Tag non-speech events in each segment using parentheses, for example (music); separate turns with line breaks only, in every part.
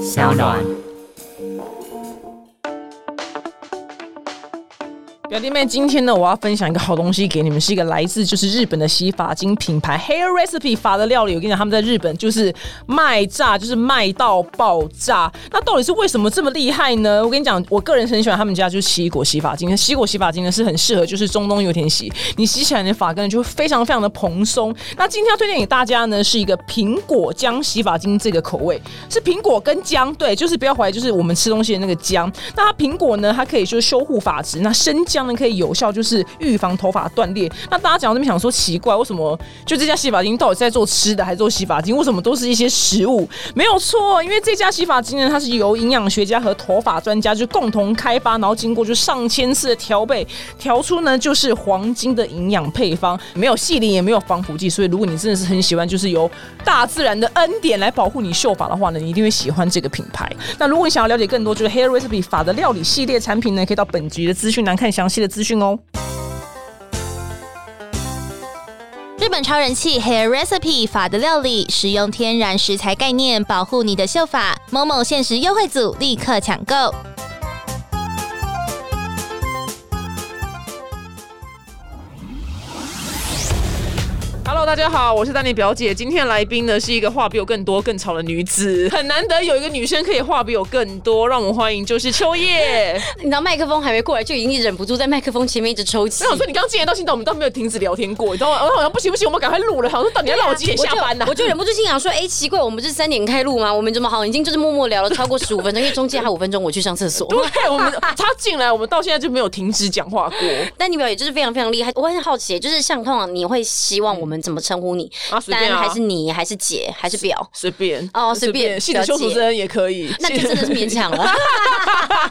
小暖。
表弟妹，今天呢，我要分享一个好东西给你们，是一个来自就是日本的洗发精品牌 Hair Recipe 法的料理。我跟你讲，他们在日本就是卖炸，就是卖到爆炸。那到底是为什么这么厉害呢？我跟你讲，我个人很喜欢他们家就是奇异果洗发精，奇异果洗发精呢是很适合就是中东油田洗，你洗起来你的发根就会非常非常的蓬松。那今天要推荐给大家呢是一个苹果姜洗发精这个口味，是苹果跟姜，对，就是不要怀疑，就是我们吃东西的那个姜。那它苹果呢，它可以就是修护发质，那生姜呢。可以有效就是预防头发断裂。那大家讲到这边想说奇怪，为什么就这家洗发精到底是在做吃的还是做洗发精？为什么都是一些食物？没有错，因为这家洗发精呢，它是由营养学家和头发专家就共同开发，然后经过就上千次的调配，调出呢就是黄金的营养配方，没有细鳞也没有防腐剂，所以如果你真的是很喜欢就是由大自然的恩典来保护你秀发的话呢，你一定会喜欢这个品牌。那如果你想要了解更多就是 Hair Recipe 法的料理系列产品呢，可以到本集的资讯栏看详细的资讯哦。
日本超人气 Hair Recipe 法的料理，使用天然食材概念保护你的秀发。某某限时优惠组，立刻抢购！
Hello，大家好，我是丹尼表姐。今天的来宾呢是一个话比我更多、更吵的女子，很难得有一个女生可以话比我更多，让我们欢迎就是秋叶。
你知道麦克风还没过来，就已经忍不住在麦克风前面一直抽气
那。我说你刚进来到现在，我们都没有停止聊天过，你知道吗？我好像不行不行，我们赶快录了。好像说到底要让啊我几点下班呢、
我就忍不住心想说：“哎、奇怪，我们不是三点开录吗？我们怎么好像已经就是默默聊了超过十五分钟？因为中间还有五分钟我去上厕所。
对，啊我们他进来，我们到现在就没有停止讲话过。
但你表也就是非常非常厉害。我很好奇，就是像通常你会希望我们怎么称呼你？
啊随便啊
还是你，还是姐，还是表？
随便
哦随便
性的
了解
修图真也可以，
那就真的是勉强了。
(laughs)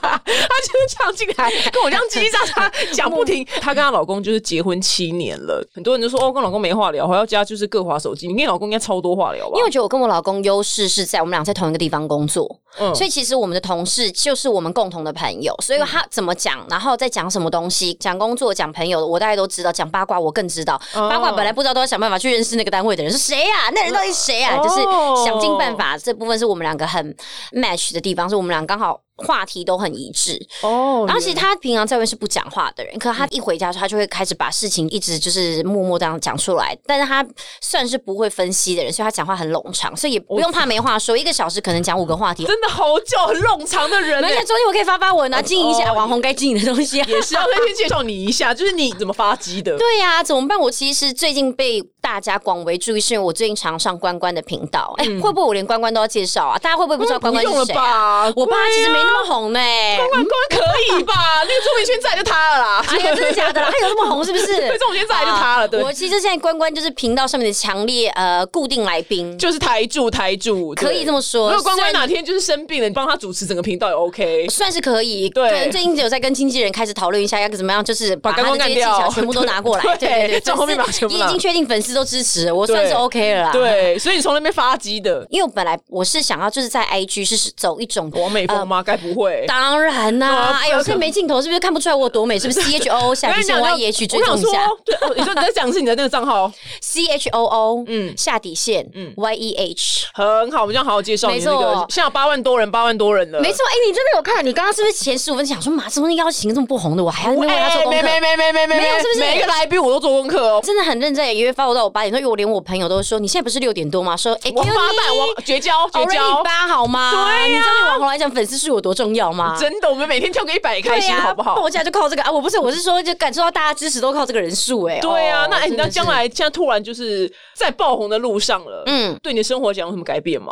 他就是这样进来， (laughs) 跟我这样叽叽喳 (laughs) 喳讲不停。她跟她老公就是结婚七年了，很多人就说哦，跟老公没话聊，回到家就是各划手机。你跟你老公应该超多话聊吧？
因为我觉得我跟我老公优势是在我们俩在同一个地方工作，
嗯
所以其实我们的同事就是我们共同的朋友，所以他怎么讲，然后再讲什么东西，讲工作、讲朋友，我大概都知道；讲八卦，我更知道。
哦
八卦本来不知道，都要想办法去认识那个单位的人是谁呀、那人到底是谁呀、
哦
就是想尽办法。这部分是我们两个很 match 的地方，是我们俩刚好话题都很一致。
哦嗯
然后其实他平常在外面是不讲话的人，可他一回家的时候，他就会开始把事情一直就是默默这样讲出来。但是他算是不会分析的人，所以他讲话很冗长，所以也不用怕没话说。一个小时可能讲五个话
(laughs)
题，
真的好久很冗长的人、
而且
欸。
中间我可以发发文啊，经营一下网红该经营的东西啊。
哦也是要那天介绍你一下，就是你怎么发迹的。
对呀、怎么办？我其实最近被大家广为注意，是因为我最近常上关关的频道。哎、会不会我连关关都要介绍啊？大家会不会不知道关关
嗯不
是
用了
谁啊？
吧？
我爸
对啊
其实没那么红呢、
关关啊可以
嗯
吧？那个出名圈在就他了啦。
(laughs) 哎呀，真的假
(laughs)
的啦？他有这么红是不是？
对这种天才就他了
啊
对
我其实现在关关就是频道上面的强烈呃固定来宾，
就是台柱台柱，对
可以这么说
如果关关啊
虽
哪
然
天就是生病了，你帮他主持整个频道也 OK。
算是可以。
对
可能最近有在跟经纪人开始讨论一下，要怎么样，就是把
把
他
关
的
关
这些技
干掉
巧全部都拿过来。
(laughs) 对
对对
这
对，
种后面把它全
粉
部
丝
拿
已经确定粉丝都支持，我算是
对
OK 了啦。。
对，所以你从那边发迹的，
因为我本来我是想要就是在 IG 是走一种
王美凤吗？该不会？
当然啦、
啊
哎
不
呦，
然
所以没镜头是不是看不出来我有多美？是不是 C H O O 下底线
我
Y
跟你
E
讲
H 追
我想
踪一
说
下，
对，哦你说你在讲的是你的那个账号，
C H O O
嗯
嗯下底线
嗯
嗯 Y E H。
很好，我们这样好好介绍你那
没
个，
错
现在有八万多人，八万多人了，
没错，哎、你真的有看？你刚刚是不是前十五分钟想说，马怎么邀请一个这么不红的，我还要为他做
哎
功
没
课？
没没没没没
没有是不是
每一个来宾我都做功课哦。
真的很认真，因为 follow 到我八点多，因为我连我朋友都说，你现在不是六点多吗？说，哎、
王八蛋，我绝交绝交
你，八好吗？
对呀
你知道对网红来讲，粉丝数有多重要吗？
真的，我们每天跳个一百也
对
开心，
呀
好不好
爆？价就靠这个啊！我不是，我是说，就感受到大家支持都靠这个人数、哎，
对啊
哦，
那哎，你知道
真的是
将来现在突然就是在爆红的路上了，嗯
嗯，
对你的生活讲有什么改变吗？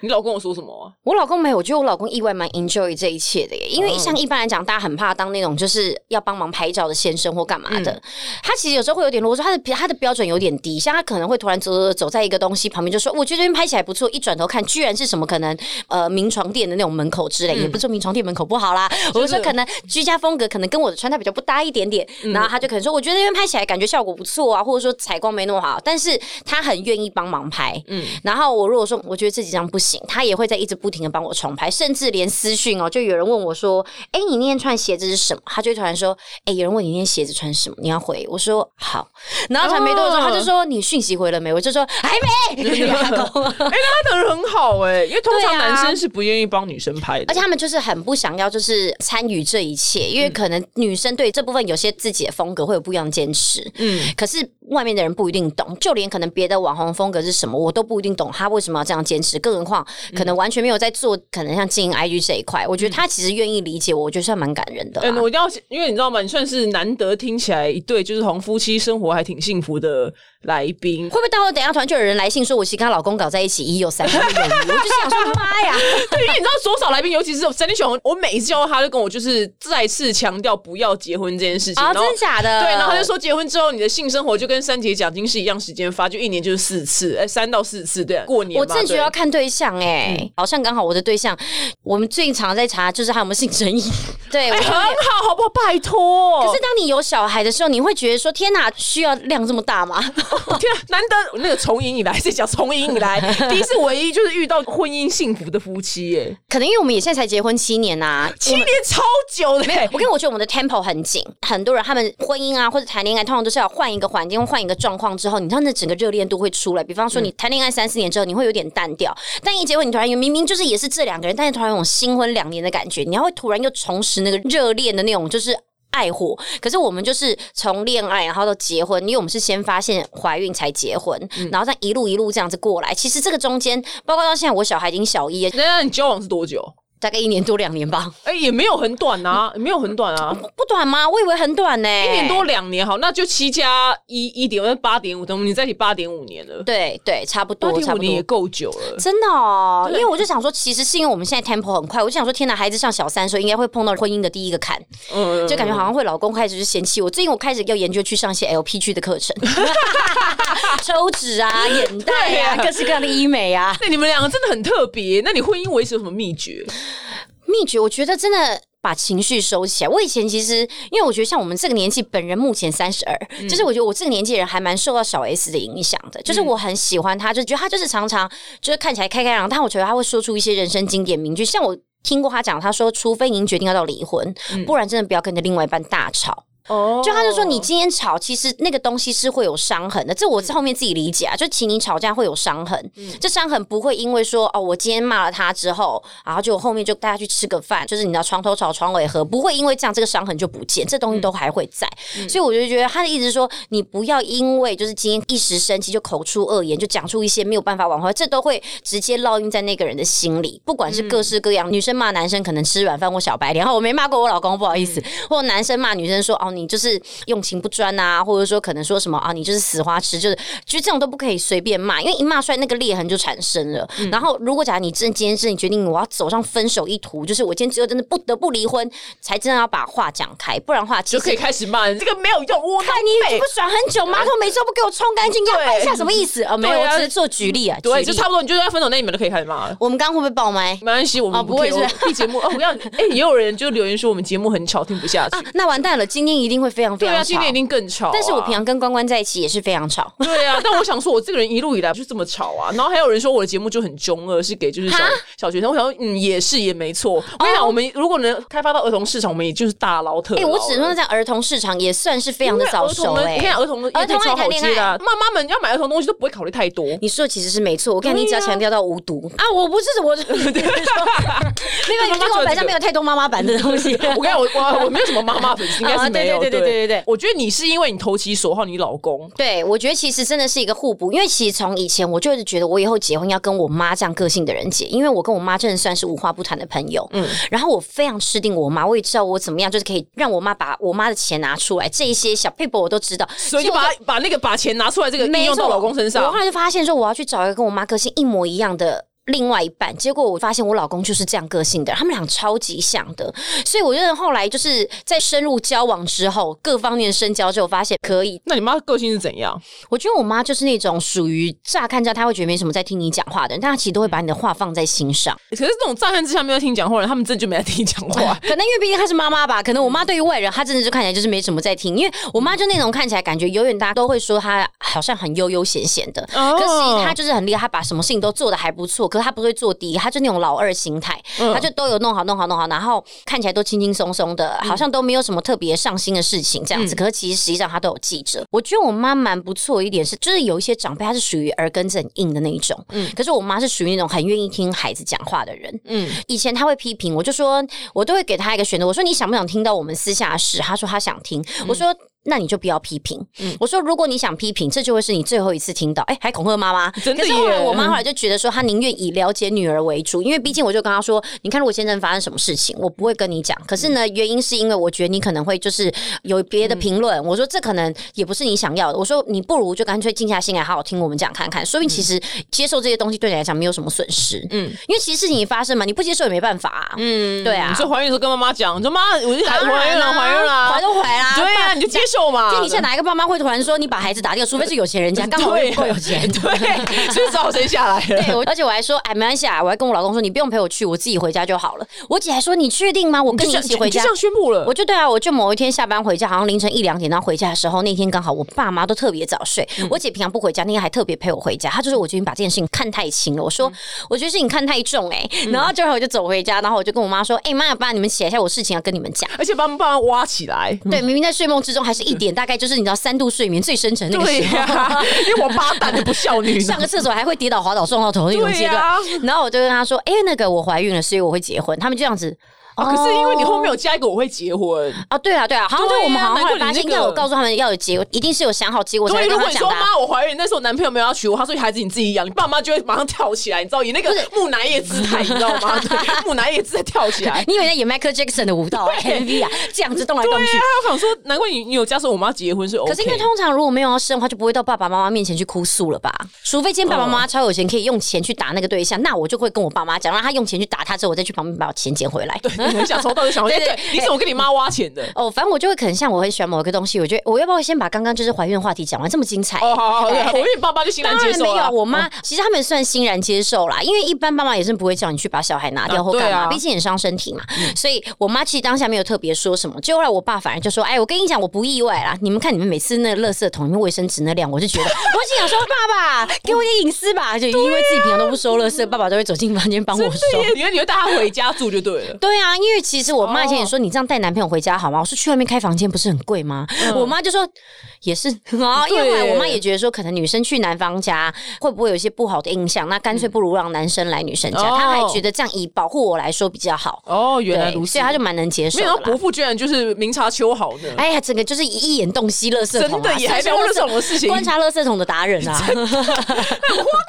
你老公有说什么啊？
我老公没有，我觉得我老公意外蛮 enjoy 这一切的耶，因为像一般来讲，大家很怕当那种就是要帮忙拍照的先生或干嘛的，他其实有时候会有点啰嗦，他的他的标准有点低，像他可能会突然走走走在一个东西旁边，就说我觉得这边拍起来不错，一转头看居然是什么可能呃名床店的那种门口之类，也不证明床垫门口不好啦。我就说可能居家风格可能跟我的穿戴比较不搭一点点，然后他就可能说我觉得那边拍起来感觉效果不错啊，或者说采光没那么好，但是他很愿意帮忙拍。嗯，然后我如果说我觉得这几张不行，他也会在一直不停的帮我重拍，甚至连私讯哦，就有人问我说：“哎，你那天穿鞋子是什么？”他就会突然说：“哎，有人问你那天鞋子穿什么？你要回？”我说：“好。”然后才没多久，
哦
他就说：“你讯息回了没？”我就说：“还没。”
(laughs)
(laughs)
哎、那他的人很好哎、因为通常
对啊
男生是不愿意帮女生拍的，
而且他们就是很不想要，就是参与这一切，因为
嗯
可能女生对这部分有些自己的风格会有不一样的坚持。
嗯
嗯，可是外面的人不一定懂，就连可能别的网红风格是什么，我都不一定懂他为什么要这样坚持。更何况，可
嗯
能完全没有在做，可能像经营 IG 这一块，我觉得他其实愿意理解我，我觉得算蛮感人的啦。
嗯，我一定要，因为你知道吗？你算是难得听起来一对就是从夫妻生活还挺幸福的来宾， (laughs)
会不会到时候等一下突然就有人来信说，我其实跟她老公搞在一起已有三年了，我就想说妈
(laughs)
呀！
对，因为你知道左少来宾，尤其是三天熊，我每一次叫到他，就跟我就是再次强调不要结婚这件事情，
啊，
然后
真。的假的？
对，然后他就说结婚之后你的性生活就跟三节奖金是一样时间发，就一年就是四次，哎，三到四次，对，过年嘛
我真的觉得
对
要看对象哎、好像刚好我的对象，我们最常在查就是他有没有性争 (laughs) 议。对，我
哎，
就
很好，好不好？拜托，
可是当你有小孩的时候，你会觉得说：天哪，需要量这么大吗？ (laughs)
天啊，难得那个从影以来，是讲从影以
(laughs)
来第一次唯一就是遇到婚姻幸福的夫妻耶，
可能因为我们也现在才结婚七年呐、啊，
七年超久的耶，
我跟我觉得我们的 tempo 很紧，很多人他们婚姻啊或者谈恋爱，通常都是要换一个环境、换一个状况之后，你知道那整个热恋度会出来。比方说
嗯
你谈恋爱三四年之后，你会有点淡掉，但一结婚，你突然有明明就是也是这两个人，但是突然有种新婚两年的感觉，你要会突然又重拾那个热恋的那种就是。爱火，可是我们就是从恋爱，然后到结婚，因为我们是先发现怀孕才结婚，
嗯
然后再一路一路这样子过来。其实这个中间，包括到现在，我小孩已经小一了，
那那你交往是多久？
大概一年多两年吧，
哎，也没有很短啊，也没有很短
(laughs)
啊，
不不短吗？我以为很短呢、
一年多两年好，那就七加一一点，那八点五，等你在一起八点五年了，
对对，差不
八
多，
点
差
五
不
年也
多。
够久了。
真的哦，因
对
为我就想说，其实是因为我们现在 tempo 很快，我就想说，天哪，孩子上小三的时候，应该会碰到婚姻的第一个坎，
嗯，
就感觉好像会老公开始就嫌弃我。最近我开始要研究去
(laughs)
上一些 LP 区的课程， (laughs) 抽脂啊、眼袋啊、
对啊
各式各样的医美啊。
那你们两个真的很特别。那你婚姻维持有什么秘诀？
秘诀，我觉得真的。把情绪收起来。我以前其实，因为我觉得像我们这个年纪，本人目前三十二，就是我觉得我这个年纪的人还蛮受到小 S 的影响的。就是我很喜欢他，就觉得他就是常常就是看起来开开朗朗，但我觉得他会说出一些人生经典名句。像我听过他讲，他说：“除非您决定要到离婚，不然真的不要跟你的另外一半大吵。”
哦
就他就说，你今天吵，其实那个东西是会有伤痕的。这我是后面自己理解啊，就请你吵架会有伤痕，这伤痕不会因为说哦，我今天骂了他之后，然后就后面就带他去吃个饭，就是你知道床头吵床尾和，不会因为这样这个伤痕就不见，这东西都还会在。所以我就觉得他的意思是说，你不要因为就是今天一时生气就口出恶言，就讲出一些没有办法挽回，这都会直接烙印在那个人的心里。不管是各式各样，女生骂男生可能吃软饭或小白脸，然后我没骂过我老公，不好意思，或男生骂女生说哦你就是用情不专啊，或者说可能说什么啊你就是死花痴，就是就这种都不可以随便骂，因为一骂出来那个裂痕就产生了。然后如果假如你真的今天是你决定我要走上分手一途，就是我今天只有真的不得不离婚，才真的要把话讲开，不然的话其
就可以
实。
开始骂人，这个没有用，窝囊
看你
废
不。爽很久，马桶每次都不给我冲干净，要
哎对
一下什么意思？啊，没有，
对
我
啊
只是做举例啊，
对，
举
就
例
差不多，你就算分手那一秒就可以开始骂了。
我们刚刚会不会爆麦？
没关系，我们
哦不会
care，
是
我们节目哦，不
(laughs)
要哎，也有人就留言说我们节目很吵，听不下去。
那完蛋了，今天一定会非常非
对
常
啊，
啊吵。
今天一定更吵啊。
但是我平常跟关关在一起也是非常吵。
对啊，但我想说，我这个人一路以来就这么吵啊。然后还有人说我的节目就很中二，是给就是小
哈啊
小学生。我想说，嗯，也是也没错。我跟你讲，我们如果能开发到儿童市场，我们也就是大捞特捞
哎、
了。
我只能在儿童市场也算是非常的早熟
因为儿童们
哎、
你看儿童的
儿童爱
超好
谈恋
接的啊，
爱。
妈妈们要买儿童东西都不会考虑太多。
你说的其实是没错，我看
啊
你只要强调到无毒啊，我不是我，
(laughs)
没有， (laughs)
妈妈
因为
只有这
我板
个
上没有太多妈妈版的东西。
我跟你讲，我我我没有什么妈妈粉丝，应该
啊
是没有。
对对对对对对
我觉得你是因为你投其所好，你老公
对，我觉得其实真的是一个互补，因为其实从以前我就是觉得我以后结婚要跟我妈这样个性的人结，因为我跟我妈真的算是无话不谈的朋友。嗯，然后我非常吃定我妈，我也知道我怎么样就是可以让我妈把我妈的钱拿出来，这一些小 paper 我都知道，
所以就把把那个把钱拿出来，这个
没
应用到
错
老公身
我
上
后。来就发现说，我要去找一个跟我妈个性一模一样的另外一半，结果我发现我老公就是这样个性的，他们俩超级像的，所以我觉得后来就是在深入交往之后，各方面深交之后，发现可以。
那你妈个性是怎样？
我觉得我妈就是那种属于乍看之下，她会觉得没什么在听你讲话的人，但她其实都会把你的话放在心上。
可是这种乍看之下没有听你讲话的人，他们真的就没在听你讲话。
可能因为毕竟她是妈妈吧，可能我妈对于外人，她真的就看起来就是没什么在听，因为我妈就那种看起来感觉永远大家都会说她好像很悠悠闲闲的，
哦
可是其实她就是很厉害，她把什么事情都做的还不错，可是她不会做第一，她就那种老二心态，
嗯嗯
她就都有弄好弄好弄好，然后看起来都轻轻松松的，好像都没有什么特别上心的事情这样子，可是其实实际上她都有记着。我觉得我妈蛮不错一点是，就是有一些长辈她是属于耳根子很硬的那一种，
嗯
可是我妈是属于那种很愿意听孩子讲话的人，
嗯，
以前他会批评，我就说，我都会给他一个选择。我说你想不想听到我们私下的事？他说他想听。我说。那你就不要批评。我说，如果你想批评，这就会是你最后一次听到。哎、还恐吓妈妈。
真的
可是后来
耶
我妈后来就觉得说，她宁愿以了解女儿为主，因为毕竟我就跟她说，你看如果先生发生什么事情，我不会跟你讲。可是呢，
嗯
原因是因为我觉得你可能会就是有别的评论。我说这可能也不是你想要的。我说你不如就干脆静下心来，好好听我们讲看看。说明其实接受这些东西对你来讲没有什么损失。嗯，因为其实事情已发生嘛，你不接受也没办法、啊。嗯， (laughs) 对啊
你。说怀孕的时候跟妈妈讲，你说妈，我就
当
怀
然
孕了，
啦
怀孕了，
怀都怀啦
对啊，
爸
你就接受嘛。
天底下哪一个爸妈会突然说你把孩子打掉？除非是有钱人家，刚好又
对
不够有钱。
对，所以只好生下来了。
(laughs) 对，我而且我还说，哎，没关系啊，我还跟我老公说，你不用陪我去，我自己回家就好了。我姐还说，你确定吗？我跟你一起回
就
家
这。样宣布了
我。就对啊，我就某一天下班回家，好像凌晨一两点，然后回家的时候，那天刚好我爸妈都特别早睡，
嗯
我姐平常不回家，那天还特别陪我回家。她就是我觉得你把这件事情看太轻了，我说、我觉得是你看太重哎、
嗯
然后最后我就走回家，然后我就跟我妈说，哎、妈爸，你们起来一下，我事情要啊跟你们
(laughs)
讲。
而且把爸妈挖起来，
对，明明在睡梦之中，还是一点，大概就是你知道三度睡眠最深 (laughs) 沉那个
对
时候。
呀、因为我八蛋的不孝女呢，
(laughs) 上个厕所还会跌倒滑倒撞到头那种阶
对
段。
呀、
然后我就跟他说：“哎、那个我怀孕了，所以我会结婚。”他们就这样子。
啊可是因为你后面
哦
有加一个我会结婚，
啊，对啊，对啊，好像
对啊
对我们好像
难怪
后
你
来发现，
那个
要我告诉他们要有结果，一定是有想好结果才
所以
会
如
跟
果
他
你说
讲的 (laughs) 啊。
妈我怀孕，那时候我男朋友没有要娶我，他说孩子你自己养，你爸妈就会马上跳起来，你知道以那个
不是
木乃伊的姿态，你知道吗？对，木乃伊的姿态跳起
(laughs)
来。
你以为在演 Michael Jackson 的舞蹈啊 MV 啊，这样子动来
对
动去
啊。，我想说，难怪你你有加说我妈结婚是 OK，
可是因为通常如果没有要生的话，就不会到爸爸妈妈面前去哭诉了吧？除非今天爸爸妈妈超有钱，可以用钱去打那个对象，那我就会跟我爸妈讲，让他用钱去打他之后，我再去旁边把我钱捡回来。
对，你很想抽到就想说，哎，
(laughs) 对对
对，你怎么跟你妈挖钱的？
哦，反正我就会可能像我很喜欢某一个东西，我觉得我要不要先把刚刚就是怀孕的话题讲完，这么精彩、
哦，好好好，我以为你爸妈就欣然
哎当
接
然
受啊哦
没有，
了。
我妈、其实他们算欣然接受啦，因为一般爸妈也是不会叫你去把小孩拿掉
啊
或干
对
嘛，
啊嗯
毕、竟很伤身体嘛。所以我妈其实当下没有特别说什么，就后来我爸反而就说：“哎，我跟你讲，我不意外啦，你们看你们每次那个垃圾桶里面卫生纸那量，我就觉得，我心想说，爸爸给我一点隐私吧，就因为自己平常都不收垃圾，爸爸都会走进房间帮我收。”
对啊耶，你会你会带他回家住就对了。
对啊，因为其实我妈以
哦
前也说，你这样带男朋友回家好吗？我说去外面开房间不是很贵吗？
嗯
我妈就说也是 (laughs) 啊，因为后来我妈也觉得说，可能女生去男方家会不会有一些不好的印象？那干脆不如让男生来女生家，
哦
她还觉得这样以保护我来说比较好。
哦，原来如
对，
此，
所以她就蛮能接受
没
的
想到伯
啦。
父居然就是明察秋毫呢。
哎呀，整个就是一眼洞悉垃圾桶、啊，
真的也还
算
聊
是垃圾
这种事情
观察垃圾桶的达人啊！
(laughs)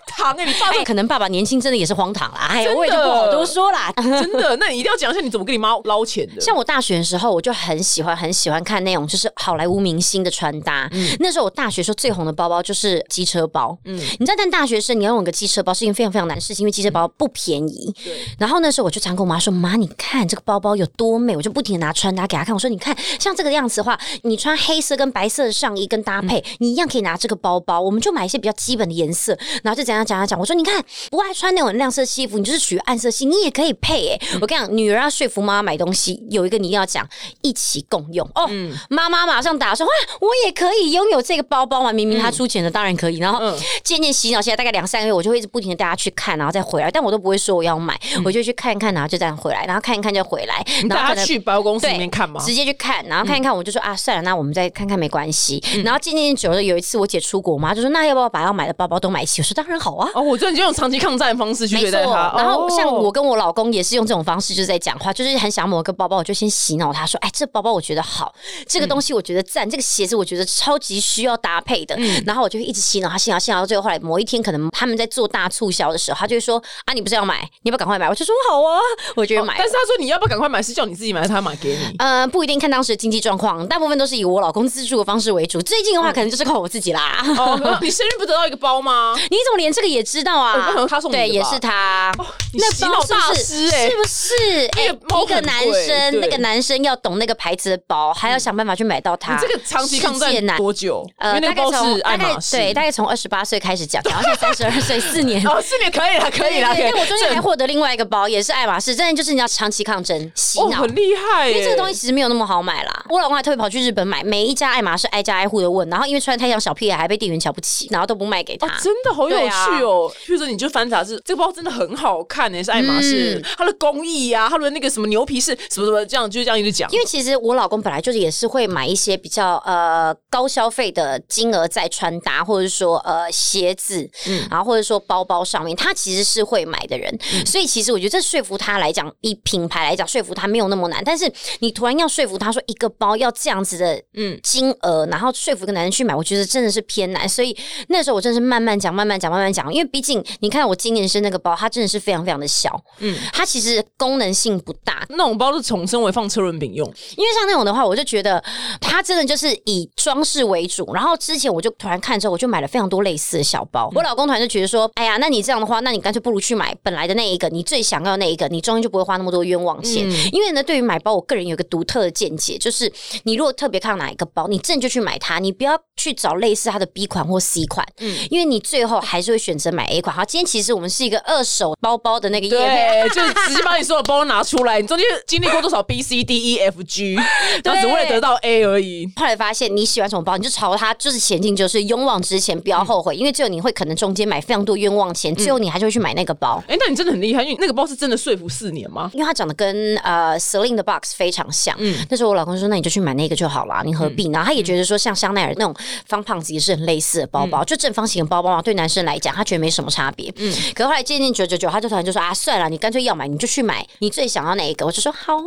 糖哎、你爸
哎、
这
可能爸爸年轻真的也是荒唐啦，哎呀，
真的
我也就不好多说啦。
真的，那你一定要讲一下你怎么跟你妈捞钱的。
像我大学的时候，我就很喜欢很喜欢看那种就是好莱坞明星的穿搭。
嗯
那时候我大学时候最红的包包就是机车包。嗯，你知道，但大学生你要用一个机车包是一件非常非常难的事情，因为机车包不便宜。
对
然后那时候我就常跟我妈说：“妈，你看这个包包有多美！”我就不停的拿穿搭给她看，我说：“你看，像这个样子的话，你穿黑色跟白色的上衣跟搭配，
嗯
你一样可以拿这个包包。我们就买一些比较基本的颜色，然后就怎样讲讲讲。”我说：“你看，不爱穿那种亮色系衣服，你就是属于暗色系，你也可以配、欸。我跟你讲，女人要说服妈妈买东西，有一个你一定要讲一起共用哦。
嗯
妈妈马上打说：“哇，我也可以拥有这个包包嘛！明明她出钱的，当然可以。”然后
嗯
渐渐洗脑起来，大概两三个月，我就会一直不停的带她去看，然后再回来，但我都不会说我要买，我就去看一看，然后就这样回来，然后看一看就回来，
你嗯带
然
他
后可能
去百货公司
对，
里面看嗯吗？
直接去看，然后看一看，我就说、啊，算了，那我们再看看没关系。
嗯
然后渐渐久了，有一次我姐出国，我妈就说那要不要把要买的包包都买齐？我说当然好啊。
哦，我知道你就用长期抗战的方式去
没
对
错，
待他。
然后
哦
像我跟我老公也是用这种方式，就是在讲话，就是很想某个包包，我就先洗脑他说：“哎，这包包我觉得好，这
嗯
个东西我觉得赞，这个鞋子我觉得超级需要搭配的。”
嗯
然后我就会一直洗脑他，洗脑，洗脑到最后，后来某一天可能他们在做大促销的时候，他就会说：“啊，你不是要买，你要不要赶快买？”我就说：“好啊，
哦
我就会买了。 (laughs)
但是他说你要不要赶快买，是叫你自己买，还是他买给你？
呃，不一定看当时的经济状况，大部分都是以以我老公资助的方式为主。最近的话，
嗯
可能就是靠我自己啦。 (laughs)
哦，你生日不得到一个包吗？
你怎么连这个也知道
我不
啊
可？哦能他送你的吧哦
对，也是他。
你洗脑大师哎、
是不是？哎、
(laughs) 那个包
一个
很
男
贵
生，
对
那个男生要懂那个牌子的包，还要想办法去买到它。
你哎这个长期抗
世界
战
难
多久？因
呃，
为
大
那个
概
包
从
是
大
爱
概
马仕，
对，大概从二十八岁开始讲，然后现在三十二
(laughs)
岁，四年。
哦，四年可以了，可以了，可
对
以了。
对对，我中间
这
还获得另外一个包，也是爱马仕，真的就是你要长期抗争洗
哦，
脑。
很厉害、耶
因为这个东西其实没有那么好买啦，我老公还特别跑去日本买，每一家爱马仕挨家挨户的问，然后因为穿得太像小屁孩，还被店员瞧不起，然后都不卖给他。
哦，
(laughs)
真的好有
对啊
趣哦！譬如说，你就翻杂志，这个包真的很好看呢、是爱马
嗯
仕，它的工艺啊，它的那个什么牛皮是什么什么，这样就是这样一直讲。
因为其实我老公本来就是也是会买一些比较呃高消费的金额在穿搭，或者说呃鞋子，然后或者说包包上面，他其实是会买的人，所以其实我觉得这说服他来讲，以品牌来讲说服他没有那么难，但是你突然要说服他说一个包要这样子的
嗯
嗯金额，然后说服一个男人去买，我觉得真的是偏难，所以那时候我真的是慢慢讲，慢慢讲，慢慢讲，因为毕竟你看我今年生那个包，它真的是非常非常的小，
嗯
嗯，它其实功能性不大，
那种包是重生为放车轮
(laughs)
饼用，
因为像那种的话，我就觉得它真的就是以装饰为主。然后之前我就突然看之后，我就买了非常多类似的小包。我老公突然就觉得说：“哎呀，那你这样的话，那你干脆不如去买本来的那一个，你最想要的那一个，你中间就不会花那么多冤枉钱。因为呢，对于买包，我个人有一个独特的见解，就是你如果特别看到哪一个包，你正就去买它，你不要去找类似它的 B 款或 C 款，因为你最后还是会选择买 A 款。好，今天其实我们是一个二手包包的那个业配。
对，就是直接把你所有包都拿出来，你中间经历过多少 B C D E F
(laughs)
G，然后只为了得到 A 而已。
后来发现你喜欢什么包，你就朝它就是前进，就是勇往直前，不要后悔，因为最后你会可能中间买非常多冤枉钱，最后你还是会去买那个包。
哎、那你真的很厉害，因为那个包是真的说服四年吗？
因为它长得跟呃 Celine 的 box 非常像，那时候我老公说，那你就去买那个就好啦，你何必呢？然后他也觉得说，像香奈儿那种方胖子也是很类似的包包，就正方形的包包嘛，对男生来讲，他觉得没什么差别。嗯，可后来渐渐久久久，他就突然就说啊，算了，你干脆要买你就去买你最想要哪一个。我就说好啊，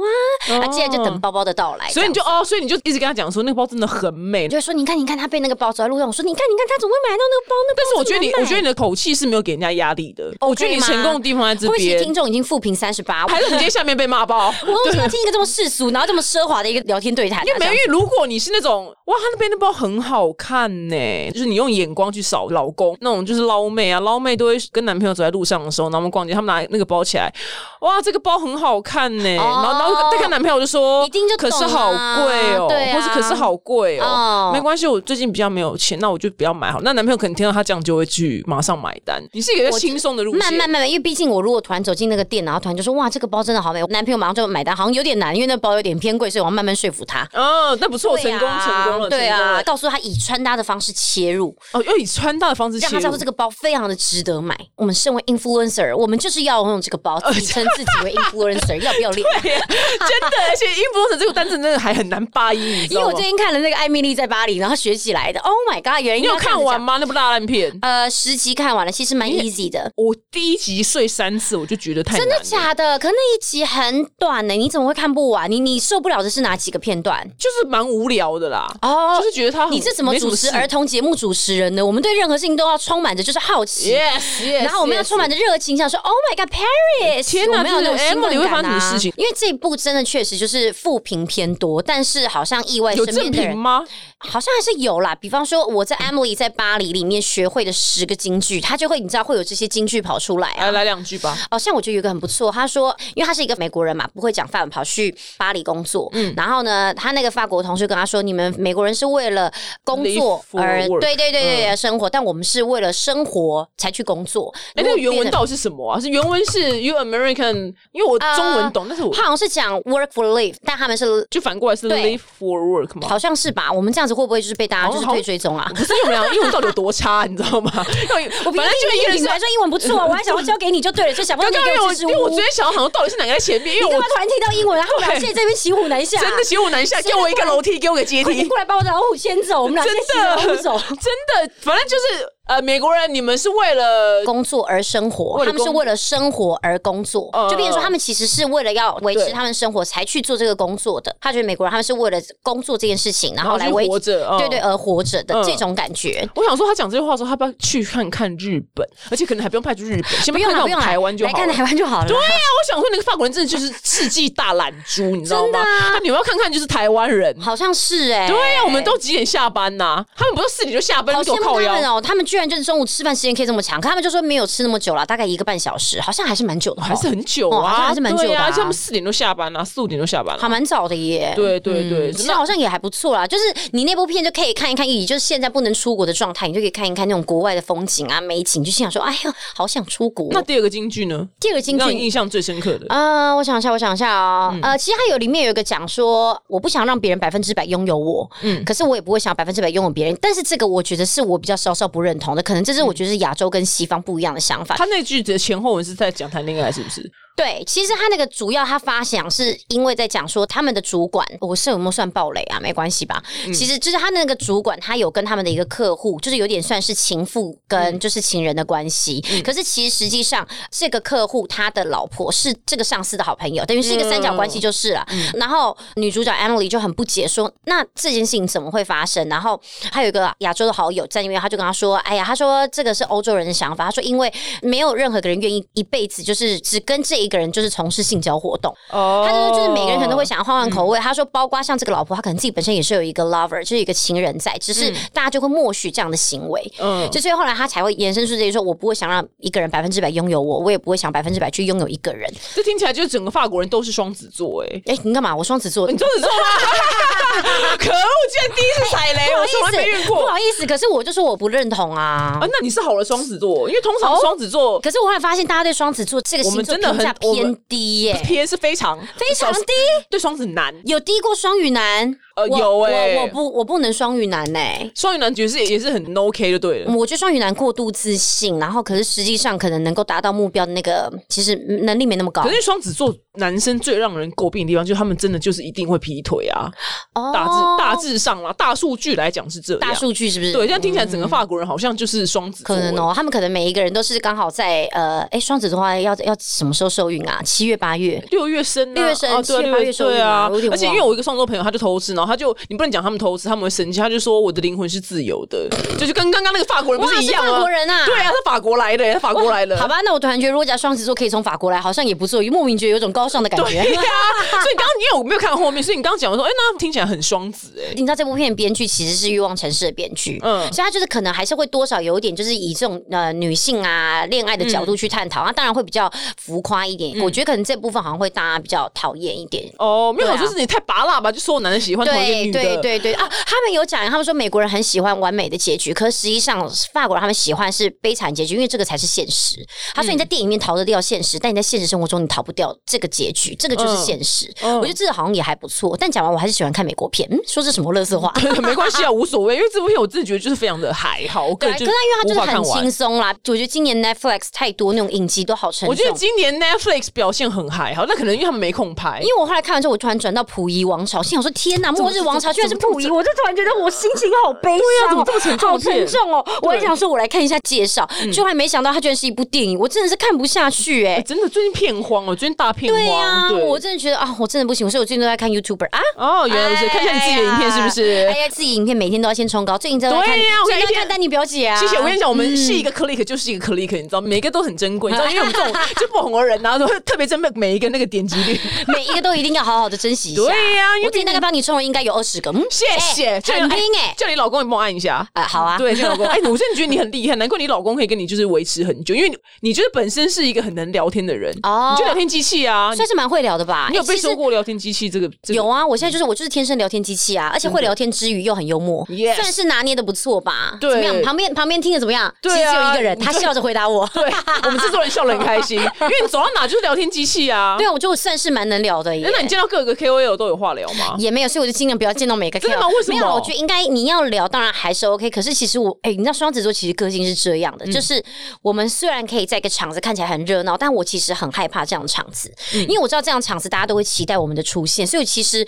那、既然就等包包的到来，
所以你就哦，所以你就一直跟他讲说那个包真的很美
你。就会说，你看，你看，他被那个包走在路上。我说，你看，你看，他怎么会买到那个包？那
但是我觉得你，我觉得你
你，
的口气是没有给人家压力的。我觉得你成功的地方在这
会不会其实
边
听，众已经复评三十八？我
还是你今天下面被骂
(laughs)
爆？
我为什么要听一个这么世俗，然后这么奢华的一个聊天对谈啊？
因为
这
美
样
玉，如果你是那种哇，他那边的包很好看呢、就是你用眼光去扫老公那种，就是捞妹啊，捞妹都会跟男朋友走在路上的时候，然后我们逛街，他们拿那个包起来，哇，这个包很好看呢、
哦
然后然后再看男朋友就说，
一定就
可
懂
是好贵哦、
啊对啊
或是可是好贵哦、
哦
没关系，我最近比较没有钱，那我就不要买好。那男朋友可能听到他这样就会去马上买单。你是一个
我
轻松的路线，
慢慢慢慢，因为毕竟我如果突然走进那个店，然后突然就说哇，这个包真的好美，我男朋友马上就买单，好像有点难，因为那包有点偏贵，所以我要慢慢说服他。
哦，那不错，成功
对啊
成功了，成
对
功
啊，
了
告诉他以穿搭的方式切入，
哦，又以穿搭的方式
让
切
他
入
知道说这个包非常的值得买。我们身为 influencer，我们就是要用这个包，自称
(laughs)
自己为 influencer，要不要脸？
真的，而且 influencer 这个单词真的还很难发音，你知
因为
道
我
吗
最？近看了那个《艾米丽在巴黎》，然后学起来的。Oh my god！原来
你有
应该要这样
看
子
完
讲？
吗？那部大烂片，
呃，十集看完了，其实蛮 easy 的。
我第一集睡三次，我就觉得太
真
难了
的假的？可那一集很短呢、你怎么会看不完？你你受不了的是哪几个片段？
就是蛮无聊的啦。
哦
就是觉得他很
你是怎么
没
主
事
持儿童节目主持人呢？我们对任何事情都要充满着就是好奇。
？Yes Yes，
然后我们要
yes
充满着热情，想说 “Oh my God, Paris！”
天哪
我们要有那种
这个
兴
Emily
奋
会发
感
生什么
啊！
事情
因为这一部真的确实就是负评偏多，但是好像意外
有
身
正
边的
品
人
吗？
好像还是有啦。比方说我
嗯
在《Emily 在巴黎》里面学会的十个京剧，他就会你知道会有这些京剧跑出来啊
来。来两句吧。
哦，像我觉得有一个很不错，他说，因为他是一个美国人嘛，不会讲法文，跑去巴黎工作。嗯，然后呢，他那个法国同事跟他说，你们美国人是为了工
Live
作
for
而
work 嗯
对对对对、生活，但我们是为了生活才去工作。
哎，那
如
个
果
原文
变得
到底是什么啊？是原文是 You American，因为我中文懂，但是我
他好像是讲 work for live，但他们是。
就反过来是
对
Live for work 嘛。
好像是吧？我们这样子会不会就是被大家
好
就是
好
被追踪啊？
不是因为我们俩英文到底有多差，你知道吗？我
我
本来就一
一
人
你
是
来说英文不错，啊
(laughs)
我还想要交给你就对了，就想不到
刚
你
刚
给
因为
我
我
支支
因
吾
为我
吾
昨。天想，好像到底是哪个在前面，因
你
为
干
我
嘛突然听到英文，然后我们俩现在这边骑虎难下？
真的骑虎难下，给我一个楼梯，给我个阶
快点
梯
过。来把我的老虎牵走，我们俩
真 (laughs)
先骑着老虎走
的，。真的，反正就是呃，美国人你们是为了
工作而生活，
为了
他们是
工
为了生活而工作，
呃
就变成说他们其实是为了要维持
对
他们生活才去做这个工作的。他觉得美国人他们是为了工作这件事情，然后来
去
维
活着，嗯
对对。而活着的
嗯
这种感觉。
我想说，他讲这句话的时候，他要不要去看看日本？而且可能还不用派去日本，先
(laughs) 不用
派到
了，
我
不
们
用了
台湾就好
来看
了。
台湾就好了。
对呀、我想说那个法国人真的就是世纪大懒猪，你知道吗？
真的啊
那你们要看看就是台湾人。
好像是哎、
对啊呀、我们都几点下班呐、他们不都四点就下班，
好
给
羡
我靠
慕他
腰
们。哦、他们居然就是中午吃饭时间可以这么长，可他们就说没有吃那么久了，大概一个半小时，好像还是蛮久的哦、
还是很久
哦好像
啊，
还是蛮久的啊
对啊，而且他们四点就下班了、四五点就下班了、
还蛮早的耶。嗯
对对对，
其实
那
好像也还不错啦，就是你那部片就可以看一看，以就是现在不能出国的状态，你就可以看一看那种国外的风景啊、美景，就心想说，哎呀，好想出国。哦
那第二个嗯京剧呢？
第二个金
让你
句。
印象最深刻的，
啊、我想一下，我想一下哦。呃，其实它有里面有一个讲说，我不想让别人百分之百拥有我，嗯，可是我也不会想百分之百拥有别人。但是这个我觉得是我比较稍稍不认同的，可能这是我觉得是亚洲跟西方不一样的想法。
他那句的前后文是在讲谈恋爱，是不是？
对，其实他那个主要他发想是因为在讲说他们的主管，我是有没有算暴雷啊？没关系吧。其实就是他那个主管，他有跟他们的一个客户，就是有点算是情妇跟就是情人的关系。可是其实实际上这个客户他的老婆是这个上司的好朋友，等于是一个三角关系就是了。
嗯
然后女主角 Emily 就很不解说，那这件事情怎么会发生？然后还有一个亚洲的好友在那边，他就跟他说：“哎呀，他说这个是欧洲人的想法。他说，因为没有任何个人愿意一辈子就是只跟这一个人就是从事性交活动。
哦嗯
他就是就是每个人可能都会想要换换口味。他说，包括像这个老婆，她可能自己本身也是有一个 lover，就是一个情人在，只是大家就会默许这样的行为。
嗯，
就所以后来他才会延伸出这些说，我不会想让一个人百分之百拥有我，我也不会想百分之百去拥有一个人。
这听起来就是整个法国人都是双子座、欸，
哎、你干嘛？我双子座，
你双子座吗？ (laughs) 可恶，竟然第一次踩雷，
不好
我
意
从来没
思，
遇
不
过。
好意思，可是我就说我不认同啊。
啊，那你是好的双子座，因为通
哦
常双子座
可是我后来发现，大家对双子座这个
我
星
们
座
真的
评价
很我们
偏低耶、
偏是非常
非常低，
对双子男，
有低过双鱼男？
呃
我
有欸
我我不我不能双鱼男呢、欸
双鱼男爵士也是很 no K 就对了。
我觉得双鱼男过度自信，然后可是实际上可能能够达到目标的那个，其实能力没那么高
可。是双子座男生最让人诟病的地方，就是他们真的就是一定会劈腿啊，
哦
大致大致上啦，大数据来讲是这样。
大数据是不是？
对，这样听起来
嗯
整个法国人好像就是双子座
可能哦，他们可能每一个人都是刚好在呃，哎，双子的话要要什么时候受孕啊？七月八月。
六月生、啊，
六月生
啊对啊
七月
六
八
月
月生
对
日
啊
嘛我有点，
而且因
忘
为我一个双子座朋友，他就偷吃，然后他就你不能讲他们偷吃，他们会生气，他就说我的灵魂是自由的， (laughs) 就是跟刚刚那个法国人不
哇
一样
是
吗？
法国人啊
对啊，他法国 (laughs) 来的，他法国来的，
好吧，那我突然觉得，如果讲双子座可以从法国来，好像也不错，莫名觉得有种高尚的感
对
觉。
呀、所以刚刚因为我没有看到后面，所以你刚刚讲的说，哎、那听起来很双子哎、
(laughs) 你知道这部片的编剧其实是《欲望城市》的编剧，
嗯
嗯，所以他就是可能还是会多少有一点，就是以这种呃女性啊恋爱的角度去探讨，他、当然会比较浮夸一点。我觉得可能这部分好像会大家比较讨厌一点。
哦，没有
对啊
想说是你太拔辣吧，就所有男人喜欢同一个
对
女的，
对对对啊！他们有讲，他们说美国人很喜欢完美的结局，可实际上法国人他们喜欢是悲惨结局，因为这个才是现实。他说你在
嗯
电影里面逃得掉现实，但你在现实生活中你逃不掉这个结局，这个就是
嗯
现实。
嗯
我觉得这个好像也还不错，但讲完我还是喜欢看美国片。嗯，说这什么乐色
(laughs)
话？
(laughs) 没关系啊，无所谓，因为这部片我真的觉得就是非常的还啊好，我个
对，啊
人
可
就是
因为它
无
真的
法看
很
完
轻。松啦。我觉得今年 Netflix 太多那种影集都好沉重。
我觉得今年 Netflix 表现很还好，那可能因为他们没空拍，
因为我后来看完之后，我突然转到溥仪王朝，心想说：“天哪，
么
末日王朝居然是溥仪！”
怎么
我就突然觉得我心情好悲
对啊
伤、
怎么
哦，
这么沉重
好沉重哦！我还
对啊嗯
想说，我来看一下介绍，就还没想到它居然是一部电影，我真的是看不下去哎、
哎真的最近片荒哦，最近大片荒，
对呀、
对
我真的觉得啊，我真的不行，所以我最近都在看 YouTuber 啊。
哦，原来如此，
哎
看一下你自己的影片是不
哎
是？
呀，自己影片每天都要先冲高，最近都在看，
对呀我
最近
一
在
天
看丹尼表姐啊。
谢谢，我跟你讲，我们是一个 click 就是一个 click，你知道，每个都很珍贵，你知道，因为我们这种 (laughs) 就不红的人啊，都会特别珍贵每一个那个点击
(laughs)
率。
(laughs) 每一个都一定要好好的珍惜一下。
对呀因为
我自己大概帮你冲了应该有二十个，嗯，
谢谢，
哎
叫你
很拼哎、
叫你老公也帮我按一下。
啊，好啊，
对，叫你老公，哎，我真的觉得你很厉害，难怪你老公可以跟你就是维持很久，因为你你觉得本身是一个很能聊天的人，
哦
你就聊天机器啊，你
算是蛮会聊的吧？
你有
哎
被
其实
说过聊天机器这个？这个
有啊，我现在就是我就是天生聊天机器啊，而且会聊天之余又很幽默
Yes，
算是拿捏的不错吧？
对
怎么样？旁边旁边听的怎么样？
对啊
其实只有一个人，
你
他
就
笑着回答我。
(laughs) 对，我们制作人笑得很开
(laughs)
心，因为你走到哪就是聊天机器啊。
对啊，我觉得我算是蛮能聊的耶
哎。那你见到各个 KOL 都有话聊
(laughs)
吗？
也没有，所以我就尽量不要见到每个 K
啊真
O
的
L。
吗为什么
没有，我觉得应该你要聊，当然还是 OK。可是其实我，哎、你知道双子座其实个性是这样的，
嗯
就是我们虽然可以在一个场子看起来很热闹，但
嗯
我其实很害怕这样的场子，因为我知道这样的场子大家都会期待我们的出现，所以其实。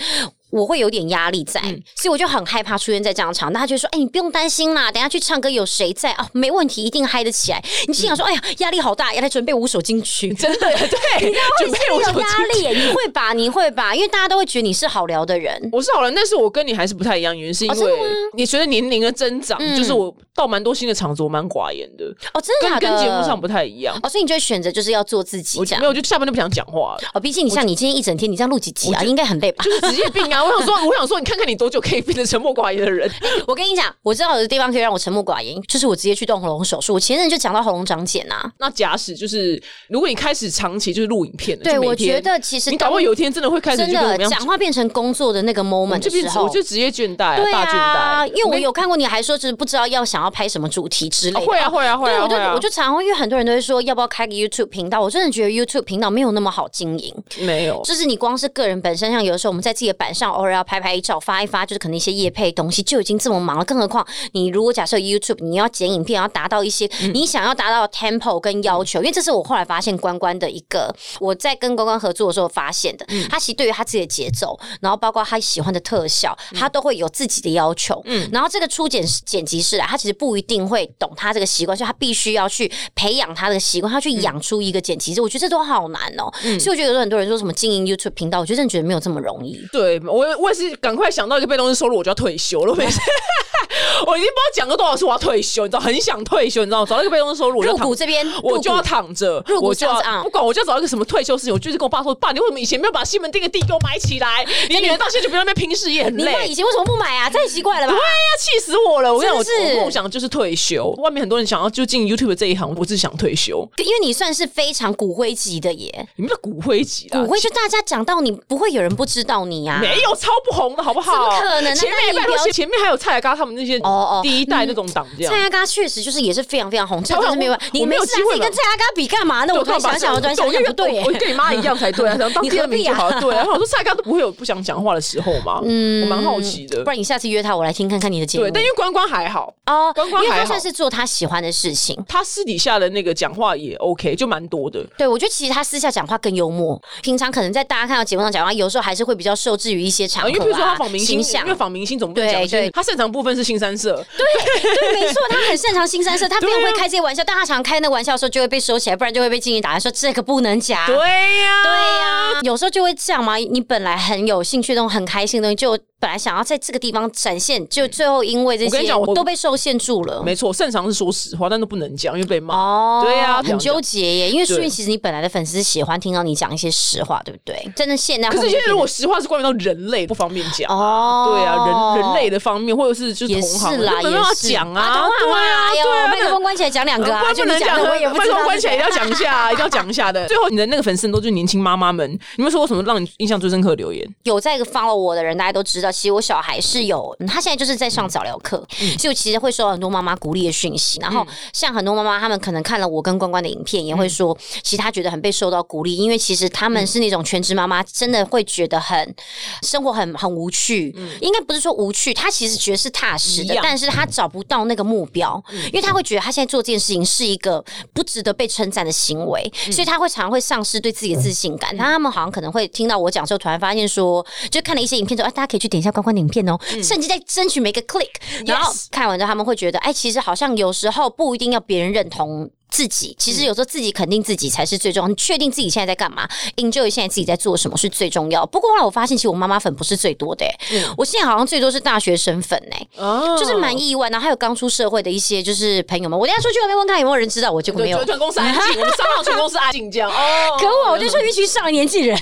我会有点压力在，
嗯
所以我就很害怕出现在这样的场。那他就说：“哎、你不用担心啦，等一下去唱歌有谁在啊？没问题，一定嗨得起来。”你心想说：“哎呀，压力好大，要来准备五首金
(laughs)
曲。”
真的对，准备
有
我手机
压力耶，你会吧？你会吧？因为大家都会觉得你是好聊的人。
我是好人，但是我跟你还是不太一样，原因是因
哦
为你随着年龄的增长，
嗯
就是我到蛮多新的场子，我蛮寡言的，
哦，真的
跟
假的？
跟节目上不太一样。
哦，所以你就会选择就是要做自己
我
这
没
样。
有，就下班就不想讲话
(laughs)
了，
哦，毕竟你像你今天一整天，你这样录几集啊？应该很累吧？
就是职业病啊！我想说，我想说，你看看你多久可以变成沉默寡言的
(laughs)
人？
我跟你讲，我知道有的地方可以让我沉默寡言，就是我直接去动喉咙手术。我前阵就讲到喉咙长茧啊。
那假使就是，如果你开始长期就是录影片了，
对，
就每
我
天
觉得其实
你搞不好有一天真的会开始
真
就跟我
的
们一样
讲话变成工作的那个 moment
就
的
变
时
成我
候
就。职业倦怠、
对
大倦
啊，
怠，
因为我有看过你还说，就是不知道要想要拍什么主题之类
啊
的。
会啊会啊会
对，
啊，
我就
会啊
我就常会，因为很多人都会说要不要开个 YouTube 频道，我真的觉得 YouTube 频道没有那么好经营。
没有。
就是你光是个人本身，像有的时候我们在自己的板上偶尔要拍拍照、发一发，就是可能一些业配东西就已经这么忙了，更何况你如果假设 YouTube 你要剪影片，要达到一些你想要达到的 tempo 跟要求，因为这是我后来发现关关的一个我在跟关关合作的时候发现的，他其实对于他自己的节奏，然后包括他喜欢的特效，
嗯
他都会有自己的要求。嗯，然后这个初剪剪辑师啊，他其实不一定会懂他这个习惯，所以他必须要去培养他的
嗯
习惯，他去养出一个剪辑师，我觉得这都好难哦。所以我觉得有很多人说什么经营 YouTube 频道，我觉得真的觉得没有这么容易。
对我也，我也是赶快想到一个被动式收入，我就要退休了。我每次
嗯
(laughs) 我已经不知道讲过多少次我要退休，你知道，很想退休，你知道，找到一个被动式收入，我就
入
躺
股。这边，
我就
入
要
股
躺着，
入股
我就要
上市啊
不管，我就要找一个什么退休事情。我就是跟我爸说，爸，你为什么以前没有把西门町的地给我买起来？你女儿到现在就不要那边拼事业，很
你
累
爸。以前为什么不买啊？这很奇怪了吧
对？呀，气死我了！我跟你讲，
真的是
我我梦想就是退休。外面很多人想要就进 YouTube 这一行，我只想退休。
因为你算是非常骨灰级的耶，
你们的骨灰级啦，
骨灰就大家讲到你，不会有人不知道你呀、
啊
啊。
没有超不红的好不好？
怎么可能啊
前
那
面
你
拜托
了解
前面还有蔡雅刚他们那些
哦哦
第一代那种党这样
蔡。阿嘎确实就是也是非常非常红，这
我
真的没有办法。
我
你
没
没
有
事啊
机，会
你
了
跟蔡阿嘎比干嘛呢？
对
我突然想想，我突然想想不对耶
我。跟你妈一样才
(laughs)
对啊，想当
你
第二名就好
何必
了。
啊
对啊，然后我说蔡刚都不会有不想讲话的时候嘛，嗯，我蛮好奇的
不。然你下次约他，我来听看看你的节目。
对，但因为关关还好，
哦，
关关
因为
还
他
好
算是做他喜欢的事情。
他私底下的那个讲话也 OK，就蛮多的。
对，我觉得其实他私下讲话更幽默。平常可能在大家看到节目上讲话，有时候还是会比较受制于一些场合、
啊，
啊，
因为比如说他访明星
形，象啊
因为
(laughs)
访明星总不能讲一些
对对
他擅长部分是新三色，
对，没错，他很擅长新三
(laughs)
色，他非常
对啊
会开这些玩笑，但他常开那玩笑的时候就会被收起来，不然就会被经理打来说这个不能讲。
对呀，
啊对呀、有时候就会这样嘛。你本来很有兴趣的东西，很开心的东西，就本来想要在这个地方展现，就最后因为这
我跟你
些
讲我
都被受限住了。
没错，擅长是说实话，但都不能讲，因为被骂。
哦，
对呀
很纠结耶，因为
对
说明其实你本来的粉丝喜欢听到你讲一些实话，对不对？真的现在
可是
后面
现在如
变
果实话是关于到人类不方便讲。
得哦，
对啊，人人类的方面，或者是就是
也
同行啊
是
的，
啦，
就没
也
办法
是
讲
啊
啊，
懂
对啊，对
哎呦
啊，
麦克风关起来讲两个啊，
关
就
呃不
你
能讲
的我也不
麦
知
克
道
风
是
关起来也要讲一下
(laughs)
啊，一定要讲一下的。最后，你的那个粉丝都是年轻妈妈们，你们说过什么让你印象最深刻的留
(laughs)
言？
有在 follow 我的人，大家都知道，其实我小孩是有，嗯他现在就是在上早疗课，
嗯
所以我其实会收到很多妈妈鼓励的讯息。然后像很多妈妈，他们可能看了我跟关关的影片，也
嗯
会说，其实她觉得很被受到鼓励，因为其实他们是那种全职妈妈，真的会觉得很生活很很无趣。应该不是说无趣，她其实觉得是踏实
嗯一
的
样，
但是她找不到那个目标，因为她会觉得她现在做这件事情是一个不值得被称赞的行为，所以她会常会丧失对自己的自信感。但他们好像可能会听到我讲之后，突然发现说，就看了一些影片之后，哎、大家可以去点一下关关的影片哦，甚至在争取每个 click，然后看完之后他们会觉得，哎，其实好像有时候不一定要别人认同。自己其实有时候自己肯定自己才是最重要，你确定自己现在在干嘛，enjoy 现在自己在做什么是最重要。不过后来我发现，其实我妈妈粉不是最多的、欸我现在好像最多是大学生粉哎、
哦
就是蛮意外。然后还有刚出社会的一些就是朋友们，我等一下出去外面问看有没有人知道我，结果没
对，
有
全。全公司安静，我们商场全公司安静这样哦。
(laughs) 可恶啊，我就说一群上了年纪人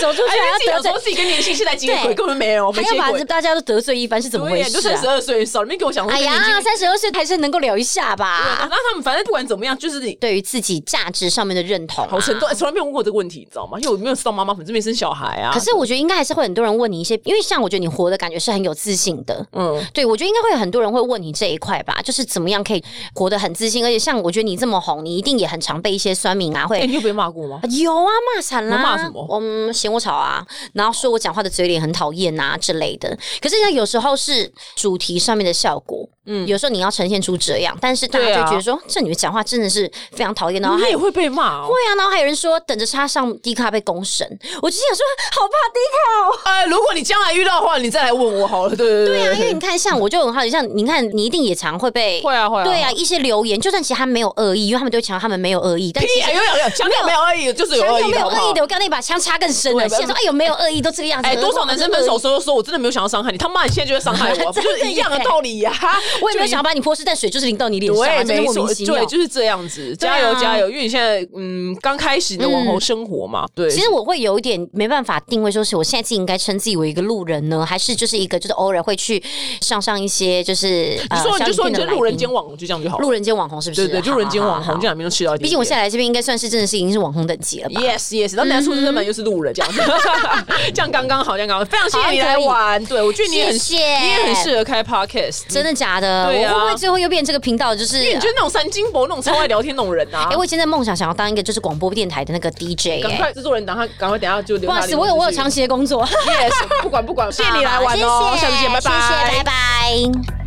走出去
哎，自己
还要
有时
得罪
候，自己跟年轻世代接轨，
对
根本没有，没
还
接
要把
轨。
大家都得罪一番，是怎么
对
回
呀，就
事
三
啊
十？二岁少，你们给我想说
哎
跟年轻啊
呀，三十二岁还是能够聊一下吧。
那他们反正不管怎么样，就是你
对于自己价值上面的认同、啊，
好沉重，哎从来没有问过我这个问题，你知道吗？因为我没有当妈妈，反正没生小孩啊。
可是我觉得应该还是会很多人问你一些，因为像我觉得你活的感觉是很有自信的，
嗯
嗯，对，我觉得应该会有很多人会问你这一块吧，就是怎么样可以活得很自信，而且像我觉得你这么红，你一定也很常被一些酸民啊会。
哎，你有被骂过吗？
有啊，骂惨啦！
我骂什么
嗯，嫌我吵啊，然后说我讲话的嘴脸很讨厌啊之类的。可是呢，有时候是主题上面的效果，嗯，有时候你要呈现出这样，但是大家
对啊
就觉得说、这女的讲话真的是非常讨厌，然后
你
还
也会被骂
(laughs)
哦
对。啊，然后还有人说等着她上迪卡被公审，我就想说好怕迪卡哦。
哎，如果你将来遇到的话，你再来问我好了。对对对
对啊，因为
对
你看，像我就很好奇，像你看，你一定也常会被
会啊会啊
对啊，一些留言，就算其实他没有恶意，因为他们都会强调他们没有恶意，但其
屁，
实
哎有有有，强调没有恶意，就是有
强
恶
调
意
没
的，
有
好不
恶
好
意的，？我刚才你把枪插更深
对
了，现在说哎有没有恶意都这个样子，
哎，多少男生分手
何况
说说我真的没有想要伤
(laughs)
害你，他骂你现在就会伤害我，不
真的
就是一样的
耶
道理呀？
(laughs) 我也没有
就一
想要把你泼湿，但水就是淋到你脸上啊，
对，
真的
没
莫
错
名，其妙
对，。就是这样子，加油
对啊
加油！因为你现在嗯刚开始你的网红生活嘛，对，
其实我会有一点没办法定位，说是我现在自己应该称自己为一个路人呢，还是就是一个就是偶尔会去上上一些就是
你
呃
说你就说你是
小影片的
路人
来宾
间网红，就这样就好了。
路人间网红是不是？
对对，就
好
路人间网
好
红，
好
就哪边都吃到一点点。
毕竟我现在嗯来这边应该算是真的是已经是网红等级了吧？
Yes Yes，然后男出生门又是路人这样 (laughs) 子，这样刚刚好，这样刚刚好。非常谢谢你来
(laughs)
玩，对我觉得你也很，
谢
你
谢
也很适合开 Podcast，
真的假的？
对啊
我会不会最后又变这个频道？就是
哎因为你就是那种三金博那种超爱聊天那种人啊
啊哎、。我以前在梦想想要当一个就是广播电台的那个 DJ
赶
哎、
快制作人，等他赶快等下就留
不好
他
意
联
思，
络
我有我有
资讯
长期的工作，
(laughs) Yes，不管不管，谢谢你来玩哦，
好
下次见，拜
谢谢，拜拜。